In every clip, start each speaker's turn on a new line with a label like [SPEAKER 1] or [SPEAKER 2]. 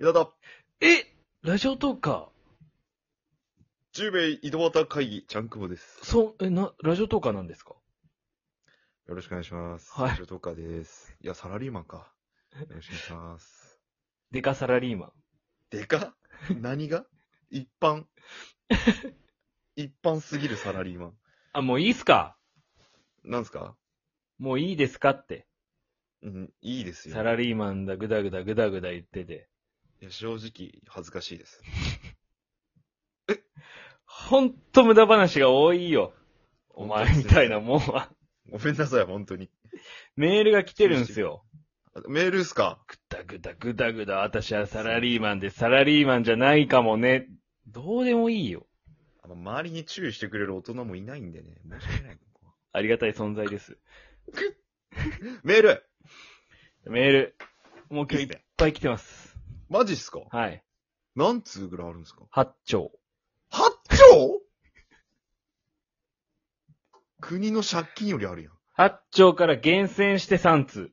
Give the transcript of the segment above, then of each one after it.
[SPEAKER 1] 稲田、
[SPEAKER 2] えラジオトークか。
[SPEAKER 1] 10名井戸端会議、ちゃんくぼです。
[SPEAKER 2] そう、え、な、ラジオトークは何ですか
[SPEAKER 1] よろしくお願いします。
[SPEAKER 2] はい
[SPEAKER 1] ラジオトーカーです。いや、サラリーマンか。よろしくお願いします。
[SPEAKER 2] デカサラリーマン。
[SPEAKER 1] でか何が一般。 一般すぎるサラリーマン。
[SPEAKER 2] あ、もういいっすか
[SPEAKER 1] なんすか
[SPEAKER 2] もういいですかって。
[SPEAKER 1] うん、いいですよ。
[SPEAKER 2] サラリーマンだ、ぐだぐだぐだぐだ言ってて。
[SPEAKER 1] いや、正直、恥ずかしいです。
[SPEAKER 2] ほんと無駄話が多いよ。お前みたいなもんは。
[SPEAKER 1] ごめんなさい、本当に。
[SPEAKER 2] メールが来てるんすよ。
[SPEAKER 1] あメールっすか
[SPEAKER 2] ぐだぐだぐだぐだ、私はサラリーマンで、サラリーマンじゃないかもね。どうでもいいよ。
[SPEAKER 1] あの、周りに注意してくれる大人もいないんでね。申し訳 ない。ここは
[SPEAKER 2] ありがたい存在です。
[SPEAKER 1] メール
[SPEAKER 2] メール、もう今日いっ
[SPEAKER 1] ね。
[SPEAKER 2] ぱい来てます。
[SPEAKER 1] マジっすか
[SPEAKER 2] はい。
[SPEAKER 1] 何通ぐらいあるんですか
[SPEAKER 2] 八丁。
[SPEAKER 1] 八兆国の借金よりあるやん。
[SPEAKER 2] 八丁から厳選して三通。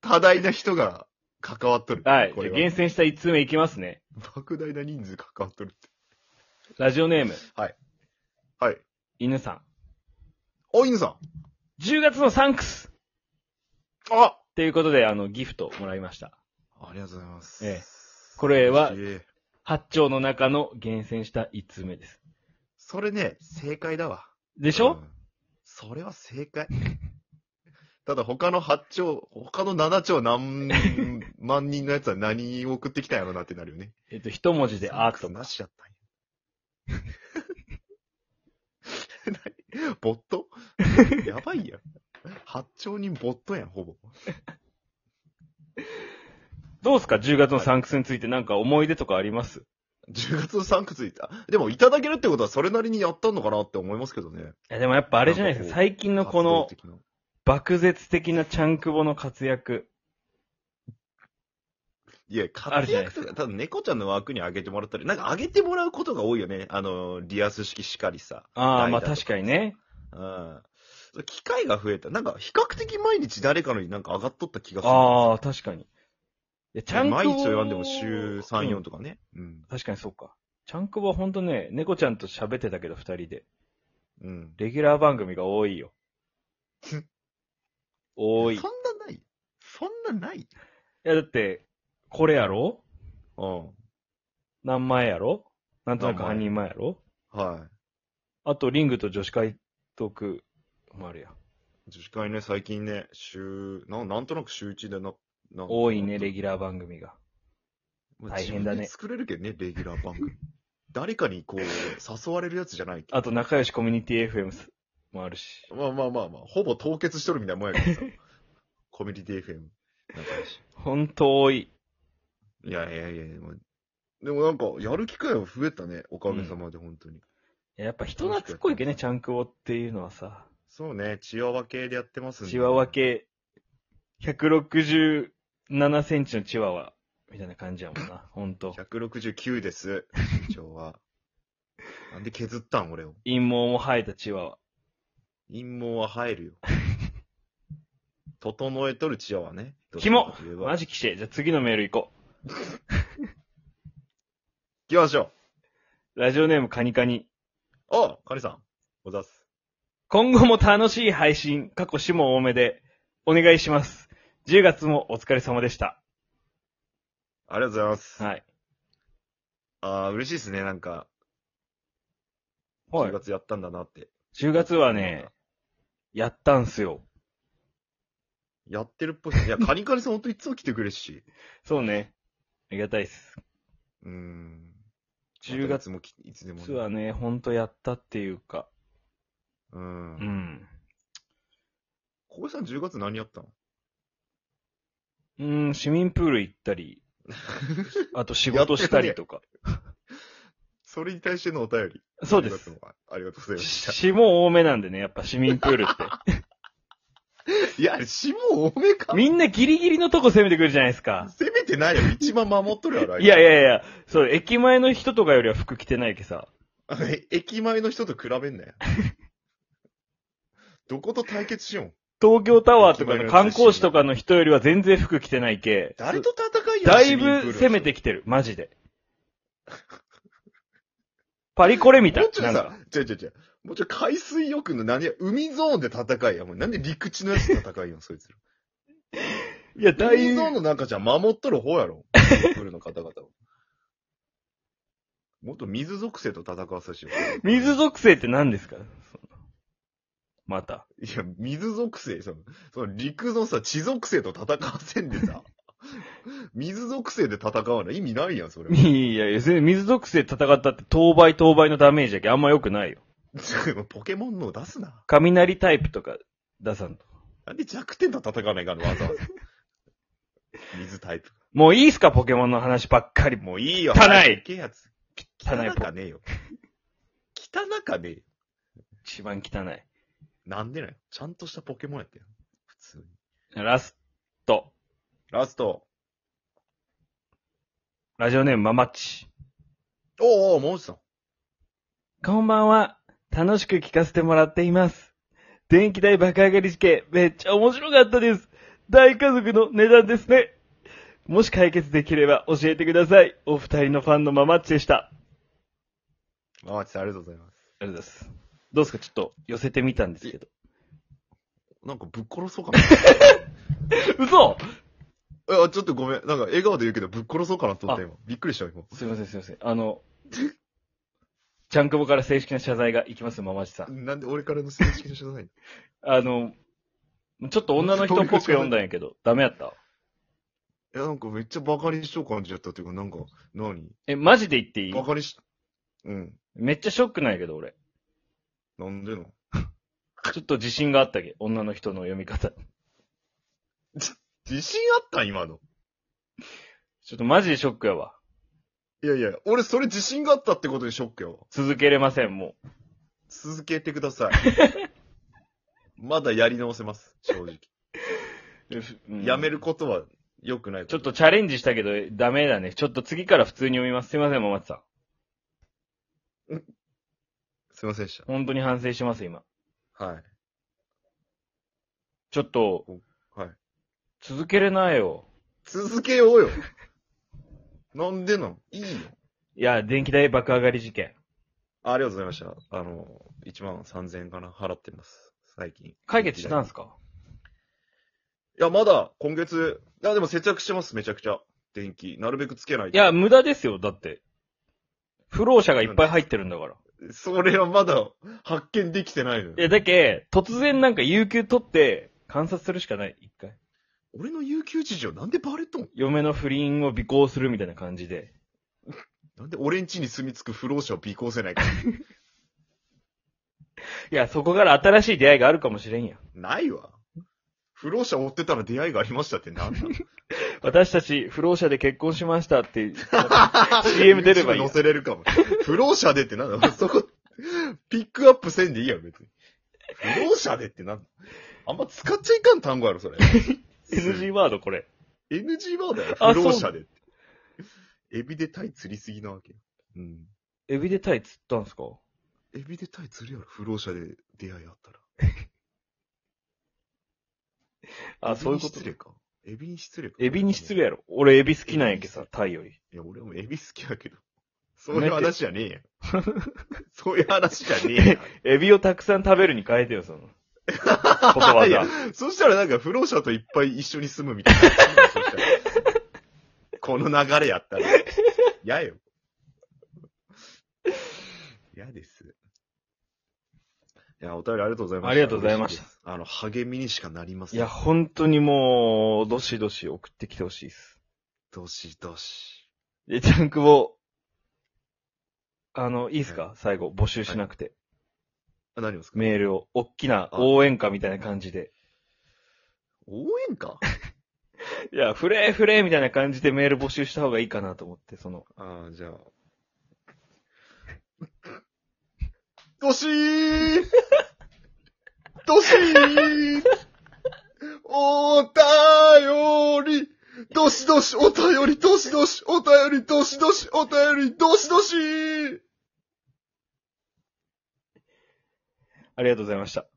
[SPEAKER 1] 多大な人が関わっとる。
[SPEAKER 2] はい。
[SPEAKER 1] こ
[SPEAKER 2] じ
[SPEAKER 1] れ
[SPEAKER 2] ゃあ
[SPEAKER 1] は
[SPEAKER 2] 厳選した1通目いきますね。
[SPEAKER 1] 莫大な人数関わっとるって。
[SPEAKER 2] ラジオネーム、
[SPEAKER 1] はい。
[SPEAKER 2] 犬さ
[SPEAKER 1] お、犬さ
[SPEAKER 2] ん。10月のサンクス
[SPEAKER 1] ん。あ
[SPEAKER 2] ということで、あの、ギフトもらいました。
[SPEAKER 1] ありがとうございます。
[SPEAKER 2] ええこれは
[SPEAKER 1] 嬉しい
[SPEAKER 2] 八丁の中の厳選した1通目です。
[SPEAKER 1] それね、正解だわ。
[SPEAKER 2] で
[SPEAKER 1] で
[SPEAKER 2] しょ、
[SPEAKER 1] それは正解。 ただ他の8兆、他の7兆何万人のやつは何を送ってきたんやろなってなるよね。
[SPEAKER 2] えっと、一文字で、あーと
[SPEAKER 1] サックス
[SPEAKER 2] か
[SPEAKER 1] なしやったんや。 何ボットやばいやん。八丁人ボットやん、ほぼ。
[SPEAKER 2] どうすか ?10 月のサンクスについてなんか思い出とかあります
[SPEAKER 1] 10月のサンクスいた。でも、いただけるってことはそれなりにやったのかなって思いますけどね。
[SPEAKER 2] いや、でもやっぱあれじゃないです
[SPEAKER 1] なん
[SPEAKER 2] か。最近のこの
[SPEAKER 1] 活動的な
[SPEAKER 2] 爆絶的なチャンクボの活躍。
[SPEAKER 1] いや、
[SPEAKER 2] ある
[SPEAKER 1] 活
[SPEAKER 2] じゃないで
[SPEAKER 1] 躍
[SPEAKER 2] す
[SPEAKER 1] とか、ただ猫ちゃんの枠にあげてもらったり、なんかあげてもらうことが多いよね。あの、リアス式しかりさ。
[SPEAKER 2] ああ、
[SPEAKER 1] 代打
[SPEAKER 2] まあ
[SPEAKER 1] とか
[SPEAKER 2] 確かにね。
[SPEAKER 1] うん。機会が増えた。なんか、比較的毎日誰かのになんか上がっとった気がする。
[SPEAKER 2] ああ、確かに。いや、チャンクボ。
[SPEAKER 1] 毎日を読んでも週3、
[SPEAKER 2] う
[SPEAKER 1] 4
[SPEAKER 2] ん
[SPEAKER 1] とかね。うん。
[SPEAKER 2] 確かにそうか。チャンクボはほんとね、猫ちゃんと喋ってたけど、二人で。
[SPEAKER 1] うん。
[SPEAKER 2] レギュラー番組が多 いよ。多い。い
[SPEAKER 1] そんなないそんなない
[SPEAKER 2] や、だって、これやろ
[SPEAKER 1] うん。
[SPEAKER 2] 何前やろなんとなく半人前やろ
[SPEAKER 1] は
[SPEAKER 2] あと、リングと女子会トークもあるやん。
[SPEAKER 1] い。女子会ね、最近ね、週、ななんとなく週1でな、な
[SPEAKER 2] 多いね、レギュラー番組が。
[SPEAKER 1] まあ
[SPEAKER 2] 大変だ
[SPEAKER 1] 自分
[SPEAKER 2] ね
[SPEAKER 1] で作れるけどね、レギュラー番 組。誰かにこう、誘われるやつじゃないけど
[SPEAKER 2] あと、仲良しコミュニティ FM もあるし。
[SPEAKER 1] まあまあまあまあ、ほぼ凍結しとるみたいなもんやけどさ。コミュニティ FM。なんかし
[SPEAKER 2] ほんと多い。
[SPEAKER 1] いやいやいや、でも、でもなんか、やる機会は増えたね、おかげさまで、本当に。
[SPEAKER 2] いややっぱ人懐っこいけどね、チャンクボっていうのはさ。
[SPEAKER 1] そうね、チワワ系でやってますんで。
[SPEAKER 2] チワワ。系、167センチのチワワ、みたいな感じやもんな。ほんと。
[SPEAKER 1] 169です、身長 は。なんで削ったん、俺を。
[SPEAKER 2] 陰謀も生えたチワワ。
[SPEAKER 1] 陰謀は入 るよ。整えとるチワワね。
[SPEAKER 2] キモ
[SPEAKER 1] どちらかといえば
[SPEAKER 2] マジきしえ。じゃあ次のメール行こ
[SPEAKER 1] 行きましょ
[SPEAKER 2] う。ラジオネームカニカニ。
[SPEAKER 1] う。あカニさん。おざっす。
[SPEAKER 2] 今後も楽しい配信、過去死も多めで、お願いします。10月もお疲れ様でした。
[SPEAKER 1] ありがとうございます。
[SPEAKER 2] はい。
[SPEAKER 1] あー嬉しいですね、なんか。
[SPEAKER 2] はい
[SPEAKER 1] 10。月やったんだなって。
[SPEAKER 2] 10月はね、やったんすよ。
[SPEAKER 1] やってるっぽいっす。いや、カニカニさんほんといつも来てくれるし。
[SPEAKER 2] そうね。ありがたいっす。
[SPEAKER 1] うーん。
[SPEAKER 2] 10月
[SPEAKER 1] またいつもき、いつでもね、
[SPEAKER 2] はね、ほんとやったっていうか。
[SPEAKER 1] う。
[SPEAKER 2] うんん。
[SPEAKER 1] 小林さん10月何やったの
[SPEAKER 2] うん、市民プール行った り、あと仕事したりとか。
[SPEAKER 1] それに対してのお便り。
[SPEAKER 2] そうです
[SPEAKER 1] 10月。もありがとうございまし
[SPEAKER 2] 死も多めなんでね、やっぱ市民プールって。
[SPEAKER 1] た。いや、死も多めか。
[SPEAKER 2] みんなギリギリのとこ攻めてくるじゃないですか。
[SPEAKER 1] せめてないよ。一番守っとるやろ、
[SPEAKER 2] いやい
[SPEAKER 1] や。
[SPEAKER 2] やいや、そう、駅前の人とかよりは服着てないけさ。
[SPEAKER 1] 駅前の人と比べんなよ。どこと対決しよ
[SPEAKER 2] 東京タワーとかの観光地とかの人よりは全然服着てない系。
[SPEAKER 1] 誰と戦いや
[SPEAKER 2] だいぶ攻めてきてる、マジで。パリコレみた
[SPEAKER 1] も
[SPEAKER 2] いう
[SPEAKER 1] ち。ょ
[SPEAKER 2] ないんか
[SPEAKER 1] さ、違う違う違う。もうちょい海水浴の何や、海ゾーンで戦いや。もうなんで陸地のやつで戦いやん、そいつら。
[SPEAKER 2] いや、 だい
[SPEAKER 1] 海ゾーン
[SPEAKER 2] ぶ、
[SPEAKER 1] の中じゃ守っとる方や ろ。プールの方々を。もっと水属性と戦わせしよう。
[SPEAKER 2] 水属性って何ですかそのまた。
[SPEAKER 1] いや、水属性、その、その陸のさ、地属性と戦わせんで さ、水属性で戦わない意味ないやん、それは。
[SPEAKER 2] いやいや、それ水属性戦ったって、当倍当倍のダメージだけあんま良くないよ。
[SPEAKER 1] ポケモンのを出すな。
[SPEAKER 2] 雷タイプとか出さんと。
[SPEAKER 1] なんで弱点と戦わないかの、わざわざ。水タイプ。
[SPEAKER 2] もういいっすか、ポケモンの話ばっかり。も
[SPEAKER 1] もういいよ。
[SPEAKER 2] 汚い
[SPEAKER 1] 早く行けやつ。
[SPEAKER 2] 汚い
[SPEAKER 1] 汚かねえよ。汚かねえよ。
[SPEAKER 2] 一番汚い。
[SPEAKER 1] なんでなんよちゃんとしたポケモンやったよ。普通に。
[SPEAKER 2] ラスト。
[SPEAKER 1] ラスト。
[SPEAKER 2] ラジオネームママッチ。
[SPEAKER 1] おうおう、モンさん。
[SPEAKER 2] こんばんは。楽しく聞かせてもらっています。電気代爆上がり事件、めっちゃ面白かったです。大家族の値段ですね。もし解決できれば教えてください。お二人のファンのママッチでした。あ
[SPEAKER 1] ママチさん、ありがとうございます。
[SPEAKER 2] りがとうございます。どうですかちょっと寄せてみたんですけど。
[SPEAKER 1] なんかぶっ殺そうか な。
[SPEAKER 2] 嘘
[SPEAKER 1] いや、ちょっとごめん。なんか笑顔で言うけど、ぶっ殺そうかなと思った今。びっくりした今。
[SPEAKER 2] すいませんすいません。あの、ちゃんくぼから正式な謝罪がいきます、ママッチさん。
[SPEAKER 1] なんで俺からの正式な人ない
[SPEAKER 2] あの、ちょっと女の人っぽく読んだんやけど、ダメやった
[SPEAKER 1] いや、なんかめっちゃバカにしよう感じやったっていうか、なんか、何
[SPEAKER 2] え、マジで言っていい
[SPEAKER 1] バカにし、うん。
[SPEAKER 2] めっちゃショックなんやけど、俺。
[SPEAKER 1] なんでの
[SPEAKER 2] ちょっと自信があったけ、女の人の読み方。
[SPEAKER 1] 自信あった今の。
[SPEAKER 2] ちょっとマジでショックやわ。
[SPEAKER 1] いやいや、俺それ自信があったってことでショックやわ。
[SPEAKER 2] 続けれません、もう。
[SPEAKER 1] 続けてくだ さい。まだやり直せます、正直。
[SPEAKER 2] うん
[SPEAKER 1] やめることは良くない
[SPEAKER 2] ちょっ
[SPEAKER 1] と。
[SPEAKER 2] とチャレンジしたけど、ダメだね。ちょっと次から普通に読みます。すいません、ママツさん。
[SPEAKER 1] すいませんでし
[SPEAKER 2] 本当に反省してます、今。
[SPEAKER 1] た。はい。
[SPEAKER 2] ちょっと、
[SPEAKER 1] はい。
[SPEAKER 2] 続けれないよ。
[SPEAKER 1] 続けようよ。なんでなんいいよ。
[SPEAKER 2] いや、電気代爆上がり事件。
[SPEAKER 1] ありがとうございました。あの、1万3000円かな払ってます。最近。
[SPEAKER 2] 解決したんすか
[SPEAKER 1] いや、まだ、今月、いや、でも節約してます、めちゃくちゃ。電気。なるべくつけないと。
[SPEAKER 2] いや、、無駄ですよ、だって。不老者がいっぱい入ってるんだから。
[SPEAKER 1] それはまだ、発見できてないのよ
[SPEAKER 2] い。や、だけ、突然なんか有給取って、観察するしかない、一回。
[SPEAKER 1] 俺の有給事情なんでバレとん
[SPEAKER 2] 嫁の不倫を尾行するみたいな感じで。
[SPEAKER 1] なんで俺ん家に住み着く不老者を尾行せないか。
[SPEAKER 2] いや、そこから新しい出会いがあるかもしれんや。
[SPEAKER 1] ないわ。不老者追ってたら出会いがありましたってなんなん
[SPEAKER 2] 私たち、不老者で結婚しました って、CM 出ればいい
[SPEAKER 1] YouTube 載
[SPEAKER 2] や
[SPEAKER 1] せれるかも。不老者でってなんだそこ、ピックアップせんでいいやん、別に。不老者でってなんだあんま使っちゃいかん単語やろ、それ。
[SPEAKER 2] NG ワードこれ。
[SPEAKER 1] NG ワードやろ、
[SPEAKER 2] あ
[SPEAKER 1] 不老者でって。エビでタイ釣りすぎなわけよ。うん。
[SPEAKER 2] エビでタイ釣ったんすか
[SPEAKER 1] エビでタイ釣るやろ、不老者で出会いあったら。
[SPEAKER 2] あ、そういうこ
[SPEAKER 1] エビに
[SPEAKER 2] と
[SPEAKER 1] 失。礼か。エビに失礼か。
[SPEAKER 2] エビに失礼やろ。俺エビ好きなんやけどさ、タイより。
[SPEAKER 1] いや、俺もエビ好きやけど。そういう話じゃねえやん。そういう話じゃ ねえやん。
[SPEAKER 2] エビをたくさん食べるに変えてよ、 その。ことわ
[SPEAKER 1] いや
[SPEAKER 2] ざ。
[SPEAKER 1] そしたらなんか不老者といっぱい一緒に住むみたい な。そしたらこの流れやったら。嫌よ。嫌です。いや、お便りありがとうございました。
[SPEAKER 2] ありがとうございました
[SPEAKER 1] 嬉しいです。あの、励みにしかなりませ
[SPEAKER 2] い
[SPEAKER 1] ん。
[SPEAKER 2] や、本当にもう、どしどし送ってきてほしいっす。
[SPEAKER 1] どしどし。
[SPEAKER 2] で、ジャンクボ、あの、いいっすか最後、募集しなくて。
[SPEAKER 1] あ、何をですか
[SPEAKER 2] メールを、おっきな応援歌みたいな感じで。
[SPEAKER 1] 応援か
[SPEAKER 2] いや、フレーフレーみたいな感じでメール募集した方がいいかなと思って、その。
[SPEAKER 1] ああ、じゃあ。どしーどしーお便りどしどしお便りどしどしお便りどしどしお便りどしどし
[SPEAKER 2] ありがとうございました。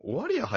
[SPEAKER 1] 終わりや、早く